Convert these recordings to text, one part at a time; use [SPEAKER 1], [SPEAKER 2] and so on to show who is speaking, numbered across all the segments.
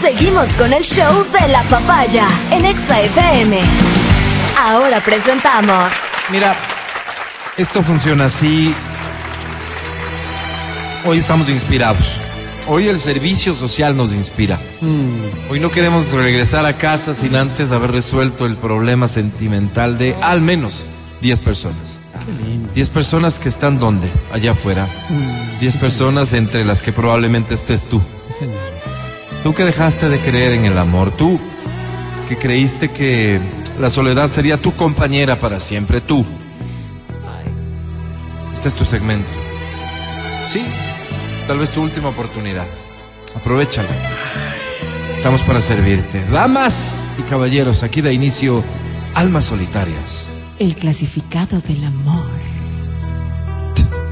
[SPEAKER 1] Seguimos con el show de la papaya en Exa FM. Ahora presentamos.
[SPEAKER 2] Mira, esto funciona así. Hoy estamos inspirados. Hoy el servicio social nos inspira. Hoy no queremos regresar a casa sin antes haber resuelto el problema sentimental de al menos 10 personas. 10 personas que están donde? Allá afuera. 10 personas entre las que probablemente estés tú. Tú que dejaste de creer en el amor, tú que creíste que la soledad sería tu compañera para siempre, tú. Este es tu segmento. Sí, tal vez tu última oportunidad. Aprovechala. Estamos para servirte. Damas y caballeros, aquí da inicio Almas Solitarias.
[SPEAKER 3] El clasificado del amor.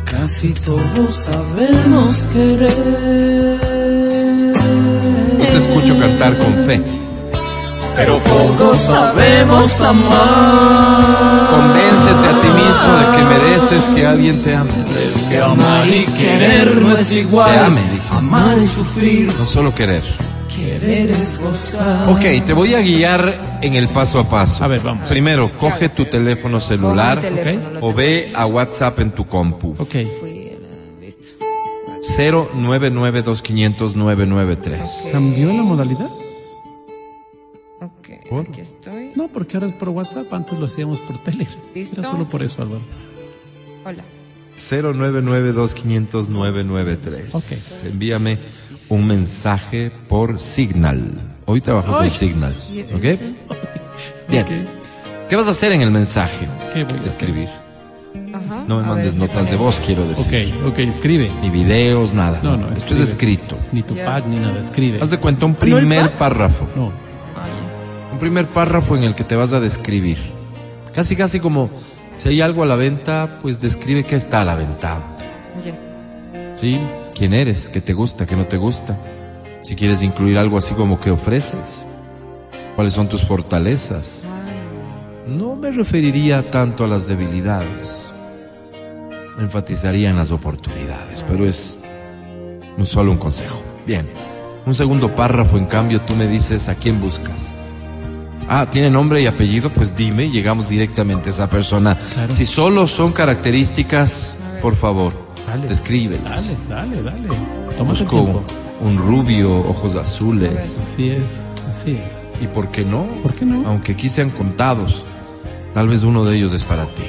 [SPEAKER 4] Casi todos sabemos querer,
[SPEAKER 2] Yo te escucho cantar con fe.
[SPEAKER 4] pero pocos sabemos amar.
[SPEAKER 2] Convéncete a ti mismo de que mereces que alguien te ame.
[SPEAKER 4] Es que amar y querer no es igual.
[SPEAKER 2] Te ame, dije.
[SPEAKER 4] Amar y sufrir,
[SPEAKER 2] No solo querer.
[SPEAKER 4] querer es gozar.
[SPEAKER 2] Ok, te voy a guiar en el paso a paso.
[SPEAKER 5] A ver, vamos.
[SPEAKER 2] Primero, coge tu teléfono celular
[SPEAKER 6] Coge el teléfono, lo
[SPEAKER 2] o
[SPEAKER 6] tengo.
[SPEAKER 2] ve a WhatsApp en tu compu.
[SPEAKER 5] Ok.
[SPEAKER 6] Fui, era- listo.
[SPEAKER 2] 099-2500-993.
[SPEAKER 5] ¿Cambió la modalidad?
[SPEAKER 6] Ok,
[SPEAKER 2] ¿Por?
[SPEAKER 6] aquí estoy.
[SPEAKER 5] No, porque ahora es por WhatsApp, antes lo hacíamos por Telegram.
[SPEAKER 6] ¿Listo?
[SPEAKER 5] Era solo por eso, Álvaro.
[SPEAKER 6] Hola.
[SPEAKER 2] 099-2500-993.
[SPEAKER 5] Ok.
[SPEAKER 2] Envíame un mensaje por Signal. Hoy trabajo
[SPEAKER 5] Ay.
[SPEAKER 2] con Signal. ¿Ok? Bien.
[SPEAKER 5] Ok,
[SPEAKER 2] ¿Qué vas a hacer en el mensaje?
[SPEAKER 5] ¿Qué voy a hacer?
[SPEAKER 2] Escribir.
[SPEAKER 6] Ajá.
[SPEAKER 2] No me
[SPEAKER 6] A
[SPEAKER 2] mandes
[SPEAKER 6] ver, estoy
[SPEAKER 2] notas de
[SPEAKER 6] con él.
[SPEAKER 2] voz, quiero decir.
[SPEAKER 5] ok, ok, escribe.
[SPEAKER 2] Ni videos, nada.
[SPEAKER 5] No, no,
[SPEAKER 2] Esto es
[SPEAKER 5] escribe.
[SPEAKER 2] escrito.
[SPEAKER 5] Ni tu
[SPEAKER 6] Ya.
[SPEAKER 5] pack ni nada, escribe.
[SPEAKER 2] Haz de cuenta un primer párrafo.
[SPEAKER 5] No,
[SPEAKER 6] Ah,
[SPEAKER 2] Un primer párrafo en el que te vas a describir. Casi, casi como si hay algo a la venta, pues describe qué está a la venta.
[SPEAKER 6] ya, ya.
[SPEAKER 2] ¿Sí? ¿Quién eres? ¿Qué te gusta? ¿Qué no te gusta? Si quieres incluir algo así como qué ofreces. ¿Cuáles son tus fortalezas? No me referiría tanto a las debilidades. Enfatizaría en las oportunidades, pero es un- solo un consejo. Bien. Un segundo párrafo, en cambio, tú me dices a quién buscas. Ah, tiene nombre y apellido, pues dime y llegamos directamente a esa persona.
[SPEAKER 5] Claro.
[SPEAKER 2] Si solo son características, por favor,
[SPEAKER 5] Dale.
[SPEAKER 2] descríbelas.
[SPEAKER 5] dale, dale, dale. Toma tu
[SPEAKER 2] Busco
[SPEAKER 5] tiempo.
[SPEAKER 2] un rubio, ojos azules.
[SPEAKER 5] Así es, así es.
[SPEAKER 2] ¿Y por qué no?
[SPEAKER 5] ¿Por qué no?
[SPEAKER 2] Aunque aquí sean contados, tal vez uno de ellos es para ti.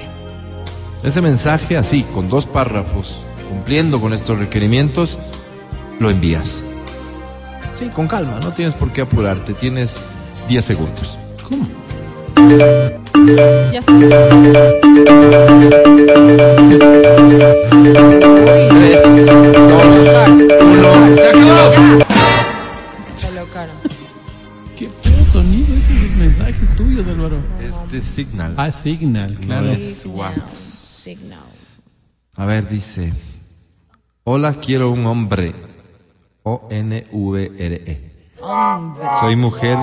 [SPEAKER 2] Ese mensaje así, con dos párrafos, cumpliendo con estos requerimientos, lo envías. Sí, con calma, no tienes por qué apurarte, tienes 10 segundos.
[SPEAKER 5] ¿Cómo?
[SPEAKER 6] Ya está.
[SPEAKER 2] Tres, dos, uno, ¡se acabó!
[SPEAKER 6] Se lo caro.
[SPEAKER 5] ¿Qué feo sonido es en los mensajes tuyos, Álvaro?
[SPEAKER 2] Este es Signal,
[SPEAKER 5] Ah, Signal,
[SPEAKER 2] no
[SPEAKER 5] claro.
[SPEAKER 2] es WhatsApp.
[SPEAKER 6] Signal.
[SPEAKER 2] A ver, dice. Hola, quiero un hombre. O-N-V-R-E.
[SPEAKER 6] Hombre.
[SPEAKER 2] E. Soy mujer,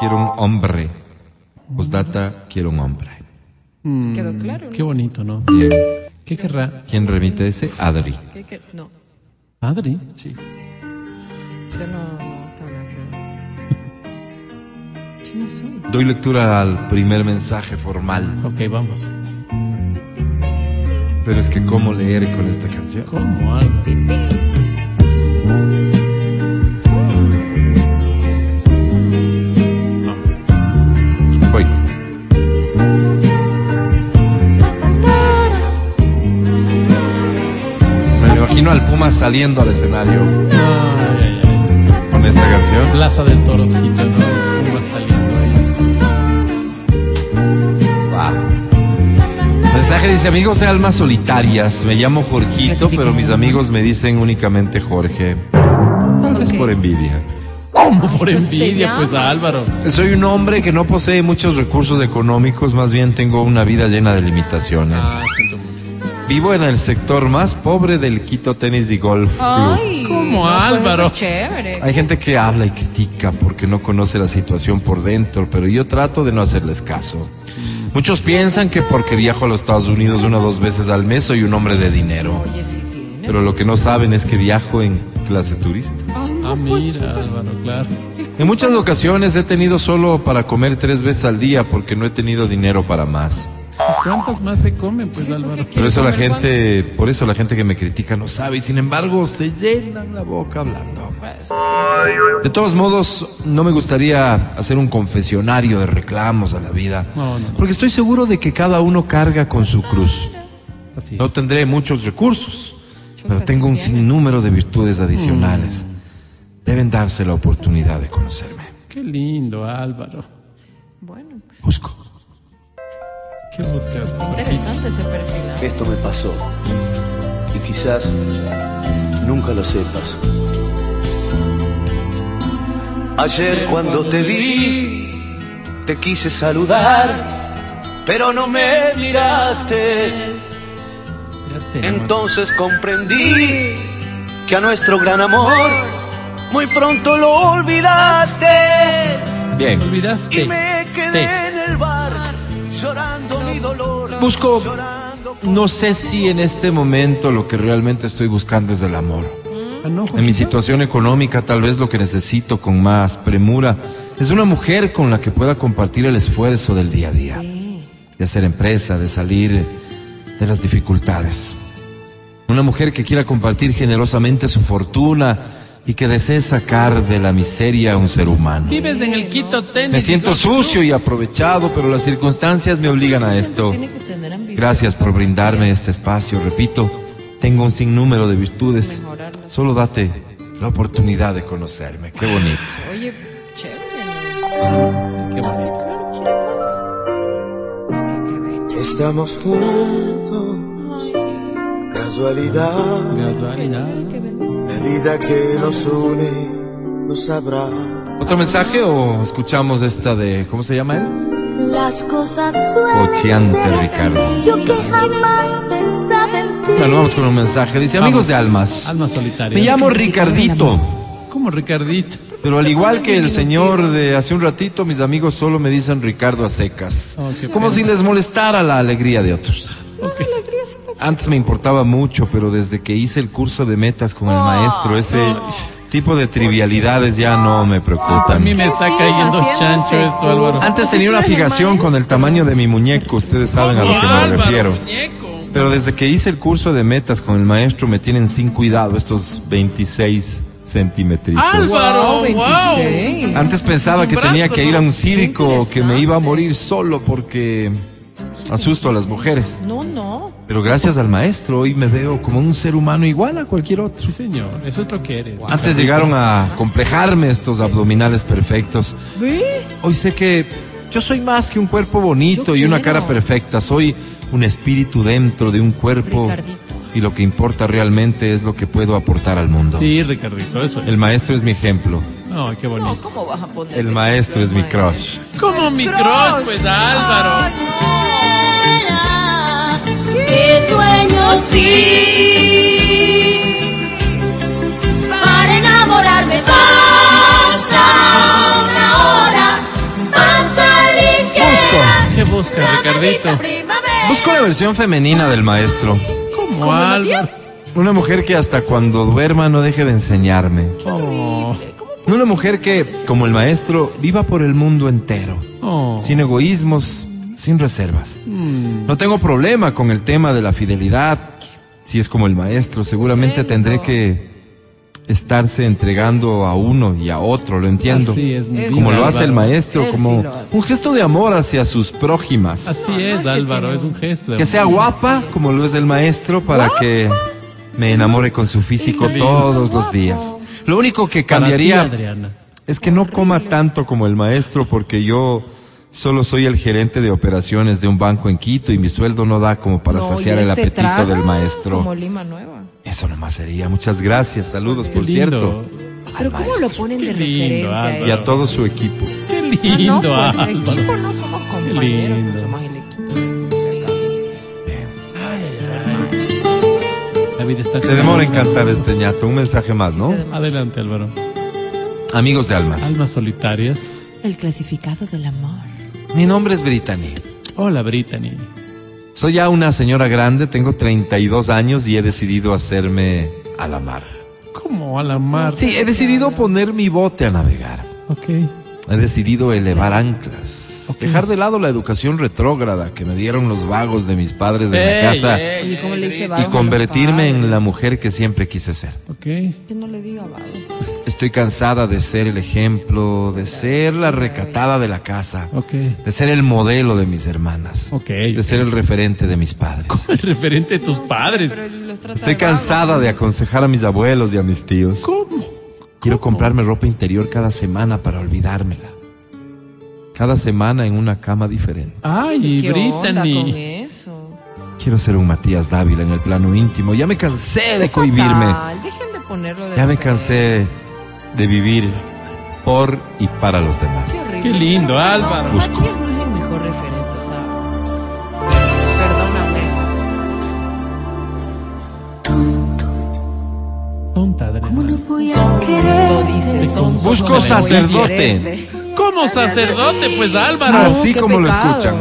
[SPEAKER 2] quiero un hombre. Postdata, quiero un hombre. Mm.
[SPEAKER 6] ¿Quedó claro?
[SPEAKER 5] Qué bonito, ¿no?
[SPEAKER 2] Bien.
[SPEAKER 5] ¿Qué querrá?
[SPEAKER 2] ¿Quién remite ese? Adri.
[SPEAKER 6] ¿Qué, qué? No,
[SPEAKER 5] Adri.
[SPEAKER 2] Sí.
[SPEAKER 6] yo no, no tengo nada que ver.
[SPEAKER 2] Doy lectura al primer mensaje formal.
[SPEAKER 5] Ok, vamos.
[SPEAKER 2] Pero es que, ¿cómo leer con esta canción?
[SPEAKER 5] ¿Cómo, Álvaro? Vamos.
[SPEAKER 2] Voy. Me lo imagino al Puma saliendo al escenario
[SPEAKER 5] Ay, ay, ay.
[SPEAKER 2] con esta canción.
[SPEAKER 5] Plaza del Toros Quito, ¿no? Puma saliendo ahí.
[SPEAKER 2] Wow. Mensaje dice, amigos de almas solitarias, me llamo Jorgito, pero mis amigos me dicen únicamente Jorge. Tal vez
[SPEAKER 6] Ok.
[SPEAKER 2] por envidia.
[SPEAKER 5] ¿Cómo? Por
[SPEAKER 6] pues
[SPEAKER 5] envidia,
[SPEAKER 6] se
[SPEAKER 5] pues a Álvaro.
[SPEAKER 2] Soy un hombre que no posee muchos recursos económicos, más bien tengo una vida llena de limitaciones.
[SPEAKER 5] Ah, siento mucho.
[SPEAKER 2] Vivo en el sector más pobre del Quito Tenis y Golf Club.
[SPEAKER 6] Ay,
[SPEAKER 5] ¿Cómo,
[SPEAKER 6] pues eso
[SPEAKER 5] Álvaro?
[SPEAKER 6] es chévere.
[SPEAKER 2] Hay gente que habla y critica porque no conoce la situación por dentro, pero yo trato de no hacerles caso. Muchos piensan que porque viajo a los Estados Unidos una o dos veces al mes soy un hombre de dinero,
[SPEAKER 6] Oye, sí tiene.
[SPEAKER 2] pero lo que no saben es que viajo en clase turista.
[SPEAKER 6] Anda.
[SPEAKER 5] Ah,
[SPEAKER 6] pues,
[SPEAKER 5] mira,
[SPEAKER 6] chuta.
[SPEAKER 5] Álvaro, claro.
[SPEAKER 2] En muchas ocasiones he tenido solo para comer tres veces al día porque no he tenido dinero para más.
[SPEAKER 5] ¿Cuántas más se comen, pues, Álvaro?
[SPEAKER 2] Por eso la
[SPEAKER 6] comer
[SPEAKER 2] gente, por eso la gente que me critica no sabe y sin embargo se llenan la boca hablando. De todos modos, no me gustaría hacer un confesionario de reclamos a la vida,
[SPEAKER 5] No, no, no.
[SPEAKER 2] porque estoy seguro de que cada uno carga con su cruz.
[SPEAKER 5] Así
[SPEAKER 2] No
[SPEAKER 5] es.
[SPEAKER 2] tendré muchos recursos, pero
[SPEAKER 6] Chuta,
[SPEAKER 2] tengo un
[SPEAKER 6] qué bien.
[SPEAKER 2] sinnúmero de virtudes
[SPEAKER 5] Mm.
[SPEAKER 2] adicionales. Deben darse la oportunidad de conocerme.
[SPEAKER 5] Qué lindo, Álvaro.
[SPEAKER 6] Bueno, pues,
[SPEAKER 2] Busco.
[SPEAKER 5] ¿Qué buscas? Jorgito?
[SPEAKER 6] interesante ese perfil. ¿ah?
[SPEAKER 7] Esto me pasó. Y quizás nunca lo sepas. Ayer cuando te vi, te quise saludar, pero no me miraste.
[SPEAKER 5] Miraste, hermano.
[SPEAKER 7] Entonces comprendí que a nuestro gran amor muy pronto lo olvidaste.
[SPEAKER 2] Bien.
[SPEAKER 5] Olvidaste.
[SPEAKER 7] Y me
[SPEAKER 5] Te.
[SPEAKER 7] quedé en el bar llorando mi dolor.
[SPEAKER 2] Busco-
[SPEAKER 7] llorando por-
[SPEAKER 2] No sé si en este momento lo que realmente estoy buscando es el amor.
[SPEAKER 5] Ah, no,
[SPEAKER 2] En mi
[SPEAKER 5] Jorgito.
[SPEAKER 2] situación económica tal vez lo que necesito con más premura es una mujer con la que pueda compartir el esfuerzo del día a día, de hacer empresa, de salir de las dificultades. Una mujer que quiera compartir generosamente su fortuna y que desee sacar de la miseria a un ser humano.
[SPEAKER 5] Vives en el Quito Tenis.
[SPEAKER 2] Me siento sucio y aprovechado, pero las circunstancias me obligan a esto.
[SPEAKER 6] Tiene que tener ambición.
[SPEAKER 2] Gracias por brindarme este espacio. Repito, tengo un sinnúmero de virtudes. Solo date la oportunidad de conocerme. Qué bonito.
[SPEAKER 6] Oye, chévere.
[SPEAKER 5] Qué bonito.
[SPEAKER 8] Estamos juntos, casualidad,
[SPEAKER 5] Casualidad, ¿no?
[SPEAKER 8] la vida que nos une nos sabrá.
[SPEAKER 2] ¿Otro mensaje o escuchamos esta de. ¿Cómo se llama él?
[SPEAKER 9] Las cosas suelen
[SPEAKER 2] Cocheante,
[SPEAKER 9] ser así.
[SPEAKER 2] Ricardo.
[SPEAKER 9] Yo que jamás pensaba en ti.
[SPEAKER 2] Bueno, vamos con un mensaje. Dice: Amigos
[SPEAKER 5] Vamos.
[SPEAKER 2] de almas,
[SPEAKER 5] Alma solitaria.
[SPEAKER 2] me llamo Ricardito.
[SPEAKER 5] Como Ricardito.
[SPEAKER 2] Pero al igual que el señor de hace un ratito, mis amigos solo me dicen Ricardo a secas.
[SPEAKER 5] Oh, qué
[SPEAKER 2] Como
[SPEAKER 5] pena.
[SPEAKER 2] si les molestara la alegría de otros.
[SPEAKER 5] Ok.
[SPEAKER 2] Antes me importaba mucho, pero desde que hice el curso de metas con el maestro, ese tipo de trivialidades ya no me
[SPEAKER 5] A
[SPEAKER 2] preocupan.
[SPEAKER 5] mí me está
[SPEAKER 6] siguen
[SPEAKER 5] cayendo
[SPEAKER 6] haciendo
[SPEAKER 5] chancho
[SPEAKER 6] este
[SPEAKER 5] esto, Álvaro.
[SPEAKER 2] Antes tenía una fijación con el tamaño de mi muñeco, ustedes saben a lo que me
[SPEAKER 5] Álvaro,
[SPEAKER 2] refiero.
[SPEAKER 5] muñeco.
[SPEAKER 2] Pero desde que hice el curso de metas con el maestro me tienen sin cuidado estos 26
[SPEAKER 5] Ah,
[SPEAKER 2] centímetros.
[SPEAKER 5] Álvaro,
[SPEAKER 6] Wow,
[SPEAKER 5] wow.
[SPEAKER 6] 26.
[SPEAKER 2] Antes pensaba que tenía que ir a un circo, que me iba a
[SPEAKER 6] interesante.
[SPEAKER 2] morir solo porque asusto a las mujeres.
[SPEAKER 6] No, no.
[SPEAKER 2] Pero gracias al maestro hoy me veo como un ser humano igual a cualquier otro.
[SPEAKER 5] Sí, señor. Eso es lo que eres.
[SPEAKER 2] Antes llegaron a complejarme estos abdominales perfectos. Hoy sé que yo soy más que un cuerpo bonito
[SPEAKER 6] Yo
[SPEAKER 2] y una
[SPEAKER 6] quiero.
[SPEAKER 2] cara perfecta. Soy un espíritu dentro de un cuerpo.
[SPEAKER 6] Ricardito.
[SPEAKER 2] Y lo que importa realmente es lo que puedo aportar al mundo.
[SPEAKER 5] Sí, Ricardito, eso es.
[SPEAKER 2] El maestro es mi ejemplo.
[SPEAKER 5] No, qué
[SPEAKER 6] No,
[SPEAKER 5] bonito.
[SPEAKER 6] ¿cómo vas a poner?
[SPEAKER 2] El maestro es mi crush.
[SPEAKER 5] Como mi cross, pues, Álvaro.
[SPEAKER 9] Era, Qué sueño sí. Para enamorarme basta una hora. Pasa ligera.
[SPEAKER 5] ¿Qué buscas,
[SPEAKER 9] la
[SPEAKER 5] Ricardito?
[SPEAKER 9] maldita primavera.
[SPEAKER 2] Busco la versión femenina del maestro.
[SPEAKER 5] Como Álvaro.
[SPEAKER 2] Una mujer que hasta cuando duerma no deje de enseñarme.
[SPEAKER 5] Oh,
[SPEAKER 2] Una mujer que, como el maestro, viva por el mundo entero.
[SPEAKER 5] oh.
[SPEAKER 2] sin egoísmos, sin reservas. No tengo problema con el tema de la fidelidad. Si es como el maestro, seguramente tendré que estarse entregando a uno y a otro, lo entiendo.
[SPEAKER 5] Así es, mi
[SPEAKER 2] como
[SPEAKER 5] vida,
[SPEAKER 2] lo hace el
[SPEAKER 5] Álvaro.
[SPEAKER 2] maestro,
[SPEAKER 6] Él
[SPEAKER 2] como
[SPEAKER 6] sí lo hace.
[SPEAKER 2] un gesto de amor hacia sus prójimas.
[SPEAKER 5] Así es, Álvaro. Es un gesto. de
[SPEAKER 2] Que sea
[SPEAKER 5] amor.
[SPEAKER 2] guapa, como lo es el maestro, para que me enamore con su físico todos los días. Lo único que
[SPEAKER 5] Para ti,
[SPEAKER 2] cambiaría
[SPEAKER 5] Adriana.
[SPEAKER 2] es que no coma tanto como el maestro porque yo solo soy el gerente de operaciones de un banco en Quito y mi sueldo no da como para
[SPEAKER 6] No, y
[SPEAKER 2] saciar el
[SPEAKER 6] este
[SPEAKER 2] apetito
[SPEAKER 6] traga
[SPEAKER 2] del maestro.
[SPEAKER 6] Como Lima Nueva.
[SPEAKER 2] Eso nomás sería. Muchas gracias. Saludos,
[SPEAKER 5] Qué
[SPEAKER 2] por
[SPEAKER 5] lindo.
[SPEAKER 2] cierto.
[SPEAKER 6] Pero ¿cómo lo ponen
[SPEAKER 5] Qué
[SPEAKER 6] de
[SPEAKER 5] lindo,
[SPEAKER 6] referente a
[SPEAKER 5] Álvaro.
[SPEAKER 2] Y
[SPEAKER 6] él?
[SPEAKER 2] a todo su equipo.
[SPEAKER 5] Qué
[SPEAKER 6] Ah,
[SPEAKER 5] lindo,
[SPEAKER 6] no, pues, el
[SPEAKER 5] Álvaro.
[SPEAKER 6] equipo no somos compañeros,
[SPEAKER 5] lindo.
[SPEAKER 6] no somos el equipo. si acaso.
[SPEAKER 5] La vida está
[SPEAKER 2] Se demora en cantar este ñato. Un mensaje más, ¿no?
[SPEAKER 5] Adelante, Álvaro.
[SPEAKER 2] Amigos de almas.
[SPEAKER 5] Almas solitarias.
[SPEAKER 3] El clasificado del amor.
[SPEAKER 2] Mi nombre es Brittany.
[SPEAKER 5] Hola, Brittany.
[SPEAKER 2] Soy ya una señora grande, tengo 32 años y he decidido hacerme a la mar.
[SPEAKER 5] ¿Cómo? A la mar.
[SPEAKER 2] Sí, he decidido poner mi bote a navegar.
[SPEAKER 5] Ok.
[SPEAKER 2] He decidido elevar anclas.
[SPEAKER 5] Ok.
[SPEAKER 2] Dejar de lado la educación retrógrada que me dieron los vagos de mis padres de
[SPEAKER 5] Ey,
[SPEAKER 2] la casa
[SPEAKER 5] ey,
[SPEAKER 6] ¿Y cómo le dice
[SPEAKER 2] y
[SPEAKER 6] vago?
[SPEAKER 2] convertirme en la mujer que siempre quise ser.
[SPEAKER 5] Ok.
[SPEAKER 6] Que no le diga vago.
[SPEAKER 2] Estoy cansada de ser el ejemplo, de ser la recatada de la casa,
[SPEAKER 5] Ok.
[SPEAKER 2] de ser el modelo de mis hermanas,
[SPEAKER 5] Ok,
[SPEAKER 2] de ser el referente de mis padres.
[SPEAKER 5] El referente de tus padres.
[SPEAKER 6] Pero él los trata
[SPEAKER 2] Estoy
[SPEAKER 6] de vago.
[SPEAKER 2] cansada de aconsejar a mis abuelos y a mis tíos.
[SPEAKER 5] ¿Cómo?
[SPEAKER 2] Quiero comprarme ropa interior cada semana para olvidármela. Cada semana en una cama diferente.
[SPEAKER 5] Ay,
[SPEAKER 6] ¿Qué onda con
[SPEAKER 5] Brittany.
[SPEAKER 6] eso?
[SPEAKER 2] Quiero ser un Matías Dávila en el plano íntimo. Ya me cansé de cohibirme.
[SPEAKER 6] Fatal, Dejen de ponerlo de
[SPEAKER 2] Ya me
[SPEAKER 6] referencia.
[SPEAKER 2] cansé de vivir por y para los
[SPEAKER 6] Qué
[SPEAKER 2] demás.
[SPEAKER 6] horrible.
[SPEAKER 5] Qué lindo, Álvaro.
[SPEAKER 2] Busco.
[SPEAKER 6] Matías no es el mejor referente, o sea. Perdóname.
[SPEAKER 5] Tonta, Adriana.
[SPEAKER 6] Todo dice.
[SPEAKER 5] Te
[SPEAKER 6] todo
[SPEAKER 5] busco
[SPEAKER 6] voy a
[SPEAKER 2] sacerdote.
[SPEAKER 6] quererte.
[SPEAKER 5] ¿Cómo sacerdote, pues, Álvaro?
[SPEAKER 6] Ah,
[SPEAKER 2] Así
[SPEAKER 6] qué
[SPEAKER 2] como lo
[SPEAKER 6] pecado.
[SPEAKER 2] escuchan.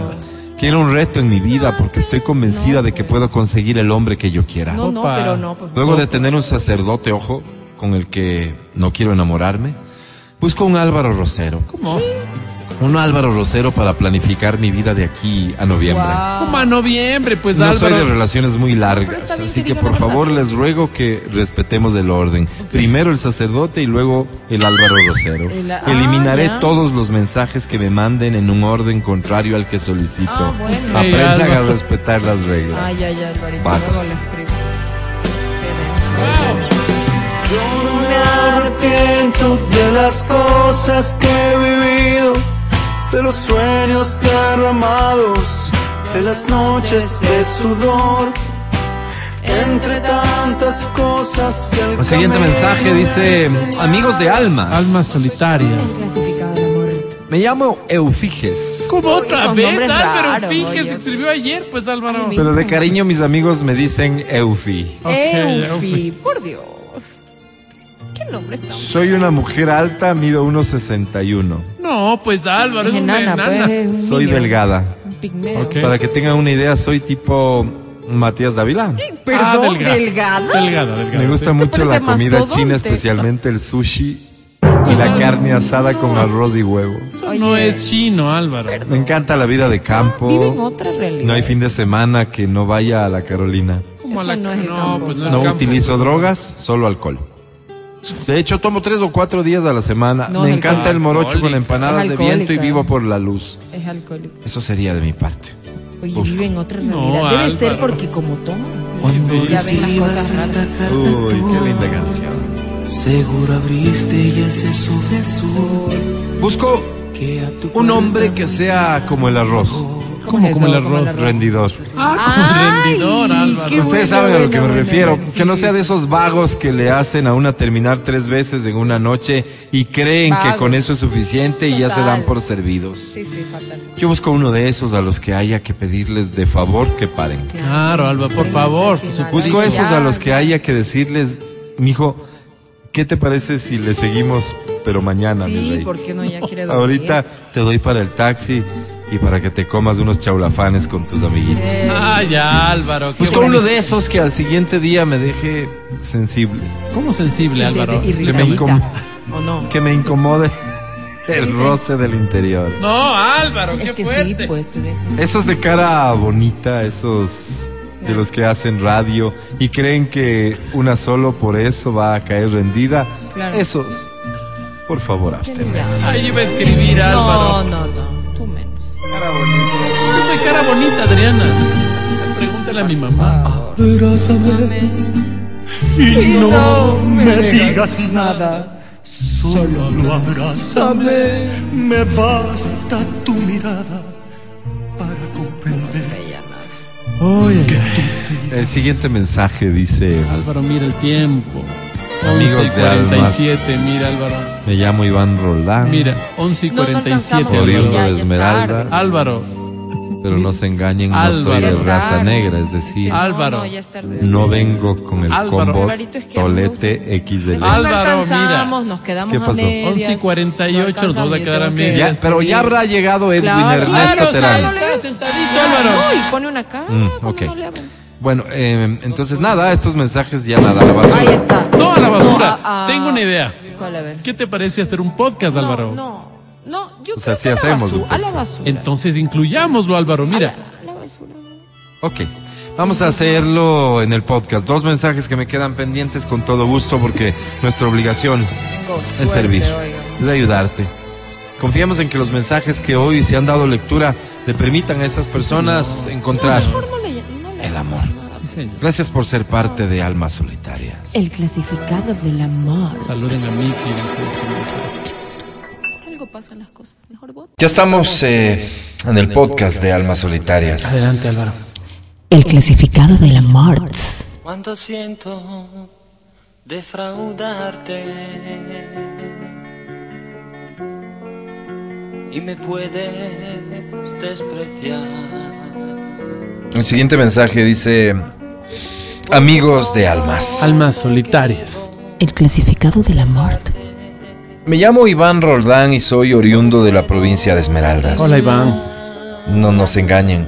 [SPEAKER 2] Quiero un reto en mi vida porque estoy convencida de que puedo conseguir el hombre que yo quiera.
[SPEAKER 6] No, no,
[SPEAKER 5] Opa.
[SPEAKER 6] pero no. Pues,
[SPEAKER 2] Luego de tener un sacerdote, ojo, con el que no quiero enamorarme, busco un Álvaro Rosero.
[SPEAKER 5] ¿Cómo?
[SPEAKER 2] Un Álvaro Rosero para planificar mi vida de aquí a noviembre.
[SPEAKER 5] ¿Cómo a noviembre, pues,
[SPEAKER 2] No soy de
[SPEAKER 5] Álvaro?
[SPEAKER 2] relaciones muy
[SPEAKER 6] Pero
[SPEAKER 2] largas,
[SPEAKER 6] está bien
[SPEAKER 2] así
[SPEAKER 6] que
[SPEAKER 2] que
[SPEAKER 6] diga
[SPEAKER 2] por
[SPEAKER 6] la verdad.
[SPEAKER 2] favor les ruego que respetemos el orden. Primero el sacerdote y luego el Álvaro Rosero.
[SPEAKER 6] El- ah,
[SPEAKER 2] Eliminaré
[SPEAKER 6] ya.
[SPEAKER 2] todos los mensajes que me manden en un orden contrario al que solicito.
[SPEAKER 6] Ah, bueno.
[SPEAKER 5] Ey,
[SPEAKER 2] Aprendan a
[SPEAKER 5] Álvaro.
[SPEAKER 2] respetar las reglas.
[SPEAKER 6] Ay, ay, ay, Alvarito.
[SPEAKER 2] Vagos.
[SPEAKER 6] Luego le escribo. Qué denso.
[SPEAKER 7] Yo no me arrepiento de las cosas que he vivido, de los sueños derramados, de las noches de sudor, entre tantas cosas que el
[SPEAKER 2] El siguiente
[SPEAKER 7] camino
[SPEAKER 2] mensaje dice,
[SPEAKER 7] me
[SPEAKER 2] amigos de almas,
[SPEAKER 5] Almas solitarias.
[SPEAKER 6] Clasificado de amor.
[SPEAKER 2] me llamo Eufiges,
[SPEAKER 5] ¿Cómo
[SPEAKER 6] Uy,
[SPEAKER 5] otra
[SPEAKER 6] esos
[SPEAKER 5] vez,
[SPEAKER 6] nombres
[SPEAKER 5] Álvaro?
[SPEAKER 6] raros,
[SPEAKER 5] Finge,
[SPEAKER 6] oye.
[SPEAKER 5] se escribió ayer, pues, Álvaro.
[SPEAKER 6] Ay, mi-
[SPEAKER 2] pero de cariño mis amigos me dicen Eufi.
[SPEAKER 5] Ok,
[SPEAKER 6] Eufi, por Dios. ¿Qué nombre es tan
[SPEAKER 2] Soy una mujer alta, mido 1,61.
[SPEAKER 5] No, pues, Álvaro, es
[SPEAKER 6] Es
[SPEAKER 5] una
[SPEAKER 6] enana,
[SPEAKER 5] enana. Ah,
[SPEAKER 6] pues. es un
[SPEAKER 2] Soy
[SPEAKER 6] niño,
[SPEAKER 2] delgada.
[SPEAKER 6] Un pigmeo.
[SPEAKER 5] Ok.
[SPEAKER 2] Para que tengan una idea, soy tipo Matías Dávila.
[SPEAKER 5] Ah,
[SPEAKER 6] Perdón, delgada.
[SPEAKER 5] Delgada, delgada.
[SPEAKER 2] Me gusta
[SPEAKER 5] sí.
[SPEAKER 2] mucho la
[SPEAKER 6] parece Pues
[SPEAKER 2] comida
[SPEAKER 6] mastodonte.
[SPEAKER 2] china, especialmente el sushi y la carne asada con arroz y huevo.
[SPEAKER 5] Eso
[SPEAKER 6] Oye.
[SPEAKER 5] no es chino, Álvaro.
[SPEAKER 2] Me encanta la vida de
[SPEAKER 6] Vive en
[SPEAKER 2] campo.
[SPEAKER 6] otra realidad.
[SPEAKER 2] No hay fin de semana que no vaya a la Carolina.
[SPEAKER 5] ¿Cómo
[SPEAKER 6] Eso no es el campo,
[SPEAKER 5] pues,
[SPEAKER 2] No
[SPEAKER 5] el campo.
[SPEAKER 2] utilizo drogas, solo alcohol. De hecho, tomo tres o cuatro días a la semana.
[SPEAKER 6] No,
[SPEAKER 2] Me
[SPEAKER 6] es
[SPEAKER 2] encanta el morocho con
[SPEAKER 5] alcohólica.
[SPEAKER 2] empanadas
[SPEAKER 6] Es
[SPEAKER 2] de viento y
[SPEAKER 6] alcohólica.
[SPEAKER 2] vivo por la luz.
[SPEAKER 6] Es alcohólico.
[SPEAKER 2] Eso sería de mi parte.
[SPEAKER 6] Oye,
[SPEAKER 2] Busco.
[SPEAKER 6] vive en otra
[SPEAKER 5] No,
[SPEAKER 6] realidad. Debe
[SPEAKER 5] Álvaro.
[SPEAKER 6] ser porque como toma,
[SPEAKER 5] Sí,
[SPEAKER 6] ya ven las cosas raras.
[SPEAKER 2] Uy, qué linda canción.
[SPEAKER 4] Seguro abriste y ese sube el sol
[SPEAKER 2] Busco
[SPEAKER 4] que a tu
[SPEAKER 2] un hombre que sea como el arroz,
[SPEAKER 6] es
[SPEAKER 5] ¿Cómo, como el
[SPEAKER 6] eso? Como el
[SPEAKER 5] arroz?
[SPEAKER 6] arroz.
[SPEAKER 2] rendidor.
[SPEAKER 5] Ah, como rendidor, Álvaro.
[SPEAKER 6] qué
[SPEAKER 2] Ustedes
[SPEAKER 6] bueno,
[SPEAKER 2] saben a lo que me
[SPEAKER 6] bueno,
[SPEAKER 2] refiero.
[SPEAKER 6] bueno,
[SPEAKER 2] Que no
[SPEAKER 6] sí.
[SPEAKER 2] sea de esos vagos que le hacen a una terminar tres veces en una noche y creen que
[SPEAKER 6] Vagos.
[SPEAKER 2] con eso es suficiente y ya se
[SPEAKER 6] Total.
[SPEAKER 2] dan por servidos.
[SPEAKER 6] Sí, sí, fatal.
[SPEAKER 2] Yo busco uno de esos a los que haya que pedirles de favor que paren.
[SPEAKER 5] Claro, Álvaro, por favor.
[SPEAKER 6] Sí,
[SPEAKER 5] por
[SPEAKER 6] sí,
[SPEAKER 5] supuesto.
[SPEAKER 2] Busco
[SPEAKER 6] Ay,
[SPEAKER 2] esos
[SPEAKER 6] ya.
[SPEAKER 2] a los que haya que decirles, mijo, ¿qué te parece si le seguimos pero mañana, mi
[SPEAKER 6] Sí,
[SPEAKER 2] rey?
[SPEAKER 6] porque no ya quiere dormir.
[SPEAKER 2] Ahorita te doy para el taxi y para que te comas unos chaulafanes con tus amiguitos.
[SPEAKER 6] Eh,
[SPEAKER 5] Ah, ya, Álvaro. qué
[SPEAKER 2] Busco
[SPEAKER 5] bueno.
[SPEAKER 2] uno Pues, de esos que al siguiente día me deje sensible.
[SPEAKER 5] ¿Cómo sensible,
[SPEAKER 6] Sí, sí,
[SPEAKER 5] Álvaro?
[SPEAKER 6] de-
[SPEAKER 2] Que me,
[SPEAKER 6] irritadita.
[SPEAKER 2] incom-
[SPEAKER 6] ¿O no?
[SPEAKER 2] que me incomode el
[SPEAKER 6] Dicen-
[SPEAKER 2] roce del interior.
[SPEAKER 5] No, Álvaro, qué
[SPEAKER 6] Es que
[SPEAKER 5] fuerte.
[SPEAKER 6] sí, pues te deja.
[SPEAKER 2] Esos de cara bonita, esos de los que hacen radio y creen que una solo por eso va a caer rendida.
[SPEAKER 6] Claro.
[SPEAKER 2] Esos, por favor, abstengan.
[SPEAKER 5] Ahí iba a escribir,
[SPEAKER 6] No,
[SPEAKER 5] Álvaro.
[SPEAKER 6] no, no. Tú menos.
[SPEAKER 5] Yo soy cara bonita, Adriana. Pregúntale a mi mamá.
[SPEAKER 4] Y no me digas nada, solo abrázame. Me basta tu mirada para comprender.
[SPEAKER 5] Oye,
[SPEAKER 2] El siguiente mensaje dice,
[SPEAKER 5] Álvaro, mira el tiempo.
[SPEAKER 2] Amigos
[SPEAKER 5] 11 y
[SPEAKER 2] de almas.
[SPEAKER 5] 47, mira, Álvaro.
[SPEAKER 2] me llamo Iván Roldán,
[SPEAKER 5] Mira, 11 y
[SPEAKER 6] No, no
[SPEAKER 5] 47,
[SPEAKER 6] alcanzamos,
[SPEAKER 2] oriundo
[SPEAKER 5] Álvaro.
[SPEAKER 6] ya,
[SPEAKER 2] de
[SPEAKER 6] ya es
[SPEAKER 2] Esmeralda,
[SPEAKER 6] tarde.
[SPEAKER 5] Álvaro,
[SPEAKER 2] pero no se engañen, no soy
[SPEAKER 5] Álvaro.
[SPEAKER 2] de
[SPEAKER 5] Ya es
[SPEAKER 2] raza
[SPEAKER 6] tarde.
[SPEAKER 2] negra, es decir,
[SPEAKER 6] No,
[SPEAKER 5] Álvaro.
[SPEAKER 6] No, ya es tarde.
[SPEAKER 2] no vengo con el
[SPEAKER 5] Álvaro.
[SPEAKER 2] combo
[SPEAKER 6] Alvarito, es que
[SPEAKER 2] Tolete
[SPEAKER 6] Después
[SPEAKER 2] XL.
[SPEAKER 6] no
[SPEAKER 5] Álvaro,
[SPEAKER 6] alcanzamos,
[SPEAKER 5] mira.
[SPEAKER 6] nos quedamos
[SPEAKER 2] ¿Qué pasó?
[SPEAKER 6] a medias.
[SPEAKER 5] 11 y 48, nos vamos a quedar a medias.
[SPEAKER 2] Ya, pero ya habrá llegado Edwin
[SPEAKER 6] Claro,
[SPEAKER 2] Ernesto
[SPEAKER 5] claro,
[SPEAKER 2] Terán.
[SPEAKER 5] Álvaro.
[SPEAKER 6] Sentadito,
[SPEAKER 5] Álvaro.
[SPEAKER 6] Álvaro. No, y pone una cara.
[SPEAKER 2] Mm,
[SPEAKER 6] ¿cómo
[SPEAKER 2] ok.
[SPEAKER 6] no le hablan?
[SPEAKER 2] Bueno, eh, entonces nada, estos mensajes ya nada, a la basura.
[SPEAKER 6] Ahí está.
[SPEAKER 5] No a la basura.
[SPEAKER 6] No, ah, a- a-
[SPEAKER 5] Tengo una idea.
[SPEAKER 6] ¿Cuál a ver?
[SPEAKER 5] ¿Qué te parece hacer un podcast, Álvaro?
[SPEAKER 6] No, no. No, yo
[SPEAKER 2] O sea,
[SPEAKER 6] creo que
[SPEAKER 2] sí
[SPEAKER 6] a la
[SPEAKER 2] hacemos un
[SPEAKER 6] basura. A la basura.
[SPEAKER 5] Entonces incluyámoslo, Álvaro. Mira,
[SPEAKER 6] A la basura.
[SPEAKER 2] Ok, vamos a hacerlo en el podcast. Dos mensajes que me quedan pendientes con todo gusto porque nuestra obligación
[SPEAKER 6] Tengo suerte,
[SPEAKER 2] es servir,
[SPEAKER 6] oiga.
[SPEAKER 2] es ayudarte. Confiamos en que los mensajes que hoy se han dado lectura le permitan a esas personas encontrar
[SPEAKER 6] Por no le- no le-
[SPEAKER 2] el amor.
[SPEAKER 5] sí, señor.
[SPEAKER 2] Gracias por ser parte de Almas Solitarias.
[SPEAKER 3] El clasificado del amor.
[SPEAKER 5] Saluden a Miki. dice este mensaje.
[SPEAKER 6] Algo pasan las cosas. Mejor voto.
[SPEAKER 2] Ya estamos eh, en el podcast de Almas Solitarias.
[SPEAKER 5] Adelante, Álvaro.
[SPEAKER 3] El clasificado del amor.
[SPEAKER 7] Cuánto siento defraudarte y me puedes despreciar.
[SPEAKER 2] El siguiente mensaje dice, amigos de Almas.
[SPEAKER 5] Almas solitarias.
[SPEAKER 3] El clasificado del amor.
[SPEAKER 2] Me llamo Iván Roldán y soy oriundo de la provincia de Esmeraldas.
[SPEAKER 5] Hola, Iván.
[SPEAKER 2] No nos engañen.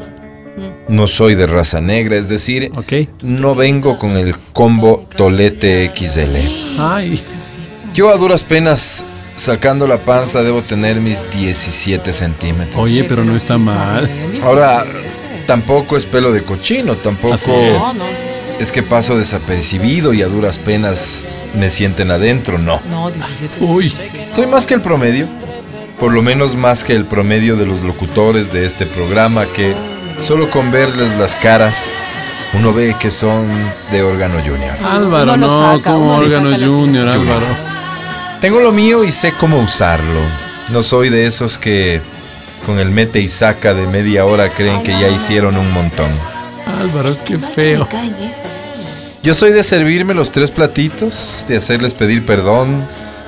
[SPEAKER 2] No soy de raza negra, es decir,
[SPEAKER 5] Ok.
[SPEAKER 2] no vengo con el combo tolete XL.
[SPEAKER 5] Ay,
[SPEAKER 2] Yo a duras penas, sacando la panza, debo tener mis 17 centímetros.
[SPEAKER 5] oye, pero no está mal.
[SPEAKER 2] Ahora, tampoco es pelo de cochino, tampoco
[SPEAKER 5] Así es.
[SPEAKER 6] No, no.
[SPEAKER 2] es que paso desapercibido y a duras penas me sienten adentro, no.
[SPEAKER 6] No, 17.
[SPEAKER 5] Uy,
[SPEAKER 2] Soy más que el promedio, por lo menos más que el promedio de los locutores de este programa que solo con verles las caras uno ve que son de órgano junior.
[SPEAKER 5] Álvaro,
[SPEAKER 6] Uno lo
[SPEAKER 5] no,
[SPEAKER 6] saca,
[SPEAKER 5] como
[SPEAKER 6] uno le
[SPEAKER 5] órgano
[SPEAKER 6] saca la
[SPEAKER 5] junior,
[SPEAKER 2] pieza.
[SPEAKER 5] Álvaro.
[SPEAKER 2] Tengo lo mío y sé cómo usarlo. No soy de esos que con el mete y saca de media hora creen que ya hicieron un montón.
[SPEAKER 5] Álvaro, qué feo.
[SPEAKER 2] Yo soy de servirme los tres platitos, de hacerles pedir perdón,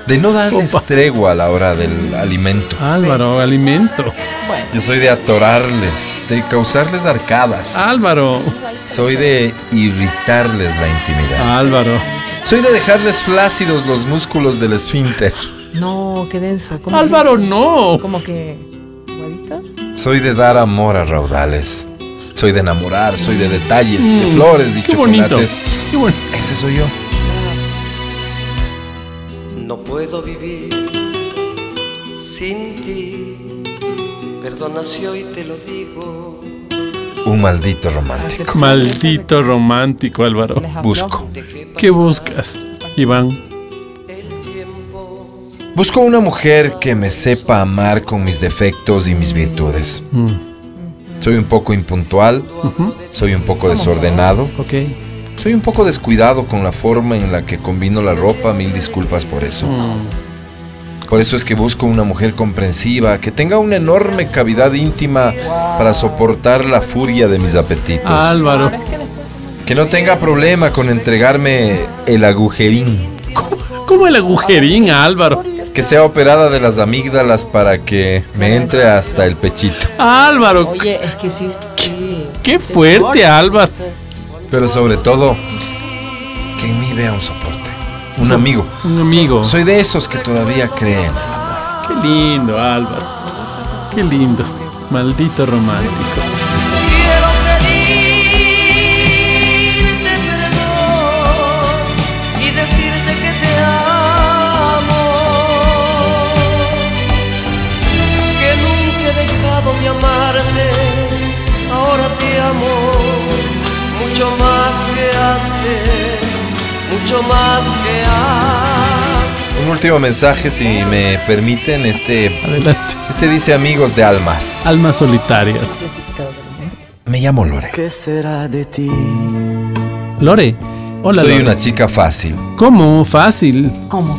[SPEAKER 2] de no darles
[SPEAKER 5] Opa.
[SPEAKER 2] tregua a la hora del alimento.
[SPEAKER 5] Álvaro, alimento.
[SPEAKER 2] Yo soy de atorarles, de causarles
[SPEAKER 5] Ah,
[SPEAKER 2] arcadas.
[SPEAKER 5] Álvaro.
[SPEAKER 2] Soy de irritarles la intimidad.
[SPEAKER 5] Álvaro.
[SPEAKER 2] Soy de dejarles flácidos los músculos del esfínter.
[SPEAKER 6] No, qué denso. ¿Cómo
[SPEAKER 5] Álvaro, no.
[SPEAKER 6] Como que. ¿Huevito?
[SPEAKER 2] Soy de dar amor a raudales. Soy de enamorar, soy de detalles, de
[SPEAKER 5] Mm,
[SPEAKER 2] flores y
[SPEAKER 5] Qué bonito.
[SPEAKER 2] chocolates.
[SPEAKER 5] Qué bueno.
[SPEAKER 2] Ese soy yo.
[SPEAKER 7] No puedo vivir sin ti. Perdona si hoy te lo digo.
[SPEAKER 2] Un maldito romántico.
[SPEAKER 5] Maldito romántico, Álvaro.
[SPEAKER 6] Les habló.
[SPEAKER 2] Busco.
[SPEAKER 5] ¿Qué buscas, Iván?
[SPEAKER 2] Busco una mujer que me sepa amar con mis defectos y mis virtudes.
[SPEAKER 5] Mm,
[SPEAKER 2] Soy un poco impuntual, soy un poco desordenado,
[SPEAKER 5] ok.
[SPEAKER 2] soy un poco descuidado con la forma en la que combino la ropa. Mil disculpas por eso.
[SPEAKER 5] Mm,
[SPEAKER 2] Por eso es que busco una mujer comprensiva, que tenga una enorme cavidad íntima para soportar la furia de mis apetitos.
[SPEAKER 5] Álvaro.
[SPEAKER 2] Que no tenga problema con entregarme el agujerín.
[SPEAKER 5] ¿Cómo el agujerín, Álvaro?
[SPEAKER 2] Que sea operada de las amígdalas para que me entre hasta el pechito.
[SPEAKER 5] Álvaro,
[SPEAKER 6] Oye, es que sí. sí.
[SPEAKER 5] qué fuerte, Álvaro.
[SPEAKER 2] Pero sobre todo, que en mí vea un soporte. Un amigo.
[SPEAKER 5] Un amigo.
[SPEAKER 2] Soy de esos que todavía creen.
[SPEAKER 5] Qué lindo, Álvaro. Qué lindo. Maldito romántico.
[SPEAKER 7] Quiero pedirte perdón y decirte que te amo. Que nunca he dejado de amarte, ahora te amo mucho más que antes, mucho más que antes.
[SPEAKER 2] Un último mensaje, si me permiten. Este,
[SPEAKER 5] Adelante.
[SPEAKER 2] este dice amigos de almas.
[SPEAKER 5] Almas solitarias.
[SPEAKER 2] Me llamo Lore.
[SPEAKER 4] ¿Qué será de ti?
[SPEAKER 5] Lore. Hola,
[SPEAKER 2] Soy
[SPEAKER 5] Lore.
[SPEAKER 2] una chica fácil.
[SPEAKER 5] ¿Cómo? Fácil.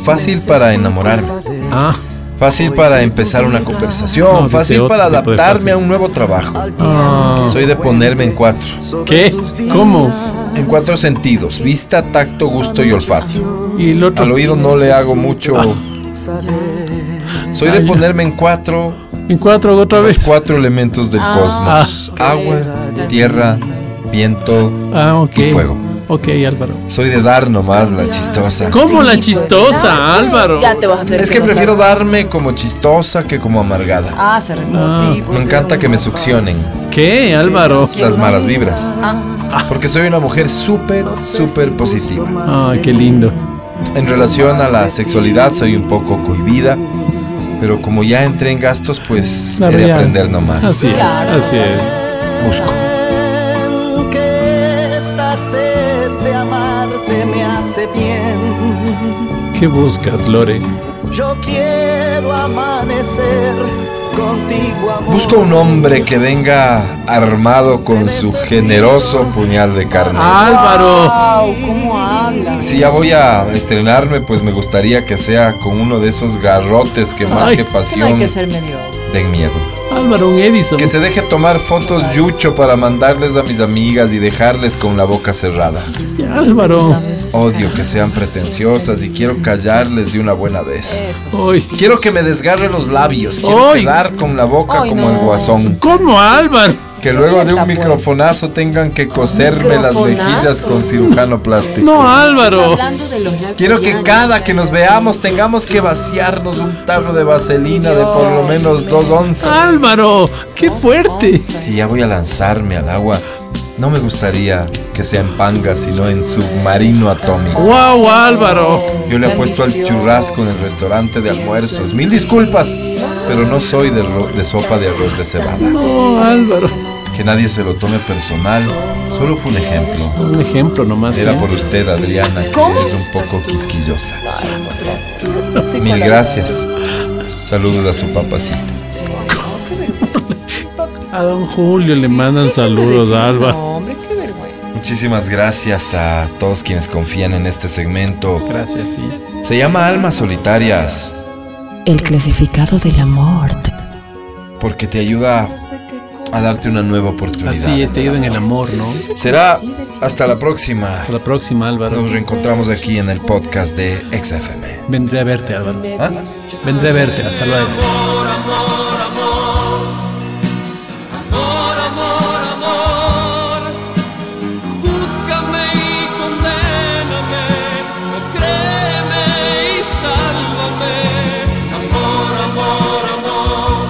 [SPEAKER 2] Fácil para enamorarme.
[SPEAKER 5] Ah,
[SPEAKER 2] Fácil para empezar una
[SPEAKER 5] No,
[SPEAKER 2] conversación.
[SPEAKER 5] dice
[SPEAKER 2] Fácil para
[SPEAKER 5] otro tipo de
[SPEAKER 2] adaptarme
[SPEAKER 5] fácil.
[SPEAKER 2] a un nuevo trabajo.
[SPEAKER 5] ah.
[SPEAKER 2] Soy de ponerme en cuatro.
[SPEAKER 5] ¿Qué? ¿Cómo?
[SPEAKER 2] En cuatro sentidos. Vista, tacto, gusto y olfato.
[SPEAKER 5] Y el
[SPEAKER 2] Al
[SPEAKER 5] otro.
[SPEAKER 2] oído no le hago mucho.
[SPEAKER 5] Ah.
[SPEAKER 2] Soy de ponerme en cuatro.
[SPEAKER 5] En cuatro otra
[SPEAKER 2] Los
[SPEAKER 5] vez.
[SPEAKER 2] cuatro elementos del cosmos. Agua, tierra, viento
[SPEAKER 5] Ah, ok.
[SPEAKER 2] y fuego.
[SPEAKER 5] Ok, Álvaro.
[SPEAKER 2] Soy de dar nomás la chistosa.
[SPEAKER 5] ¿Cómo la chistosa, Álvaro?
[SPEAKER 6] Ya te vas a hacer.
[SPEAKER 2] Es que prefiero darme como chistosa que como amargada.
[SPEAKER 6] Ah, se re-
[SPEAKER 5] Ah,
[SPEAKER 2] Me encanta que me succionen.
[SPEAKER 5] ¿Qué, Álvaro?
[SPEAKER 2] las malas vibras. Porque soy una mujer súper, súper positiva.
[SPEAKER 5] Ah, qué lindo.
[SPEAKER 2] En relación a la sexualidad soy un poco cohibida, pero como ya entré en gastos, pues
[SPEAKER 5] La
[SPEAKER 2] he de
[SPEAKER 5] real.
[SPEAKER 2] aprender nomás.
[SPEAKER 5] Así es, así es.
[SPEAKER 2] Busco.
[SPEAKER 7] Que esta sed de amarte me hace bien.
[SPEAKER 5] ¿Qué buscas, Lore?
[SPEAKER 7] Yo quiero amanecer contigo, amor.
[SPEAKER 2] Busco un hombre que venga armado con su generoso puñal de carne.
[SPEAKER 5] Álvaro.
[SPEAKER 10] ¿Cómo habla?
[SPEAKER 2] Si ya voy a estrenarme, pues me gustaría que sea con uno de esos garrotes que más
[SPEAKER 5] Ay.
[SPEAKER 2] que
[SPEAKER 10] Que no hay
[SPEAKER 2] pasión
[SPEAKER 10] que ser medio.
[SPEAKER 2] den miedo.
[SPEAKER 5] Álvaro, un Edison.
[SPEAKER 2] Que se deje tomar fotos yucho para mandarles a mis amigas y dejarles con la boca cerrada.
[SPEAKER 5] Álvaro.
[SPEAKER 2] Odio que sean pretenciosas y quiero callarles de una buena vez.
[SPEAKER 5] Ay.
[SPEAKER 2] Quiero que me desgarre los labios, quiero
[SPEAKER 5] Ay.
[SPEAKER 2] quedar con la boca
[SPEAKER 10] Ay,
[SPEAKER 2] como el
[SPEAKER 10] no.
[SPEAKER 2] guasón.
[SPEAKER 5] ¿Cómo, Álvaro?
[SPEAKER 2] Que luego de
[SPEAKER 10] Está
[SPEAKER 2] un
[SPEAKER 10] bueno.
[SPEAKER 2] microfonazo tengan que coserme las
[SPEAKER 10] Microfonazo.
[SPEAKER 2] mejillas con cirujano plástico.
[SPEAKER 5] No, Álvaro.
[SPEAKER 10] de los
[SPEAKER 2] Quiero que cada que nos veamos tengamos que vaciarnos un tarro de vaselina de por lo menos dos onzas.
[SPEAKER 5] Álvaro, qué fuerte.
[SPEAKER 2] Si ya voy a lanzarme al agua, no me gustaría que sea en panga, sino en submarino atómico.
[SPEAKER 5] Wow, Álvaro.
[SPEAKER 2] Yo le apuesto al churrasco en el restaurante de almuerzos. Mil disculpas, pero no soy de, ro- de sopa de arroz de cebada.
[SPEAKER 5] No, Álvaro.
[SPEAKER 2] Que nadie se lo tome personal, solo fue un ejemplo.
[SPEAKER 5] Un ejemplo nomás.
[SPEAKER 2] Era
[SPEAKER 5] ¿eh?
[SPEAKER 2] por usted, Adriana, que es un poco quisquillosa. Mil gracias. Saludos a su papacito.
[SPEAKER 5] A don Julio le mandan saludos, Álvaro.
[SPEAKER 10] No, hombre, qué vergüenza.
[SPEAKER 2] Muchísimas gracias a todos quienes confían en este segmento.
[SPEAKER 5] Gracias, sí.
[SPEAKER 2] Se llama Almas Solitarias
[SPEAKER 11] El clasificado del amor.
[SPEAKER 2] porque te ayuda a darte una nueva oportunidad.
[SPEAKER 5] Así es, te ayuda en el amor, ¿no?
[SPEAKER 2] Será hasta la próxima.
[SPEAKER 5] Hasta la próxima, Álvaro.
[SPEAKER 2] Nos reencontramos aquí en el podcast de XFM.
[SPEAKER 5] Vendré a verte, Álvaro.
[SPEAKER 2] ¿Ah?
[SPEAKER 5] Vendré a verte. Hasta luego.
[SPEAKER 12] Amor, amor, amor, júzgame y condéname, o créeme y sálvame. Amor, amor, amor.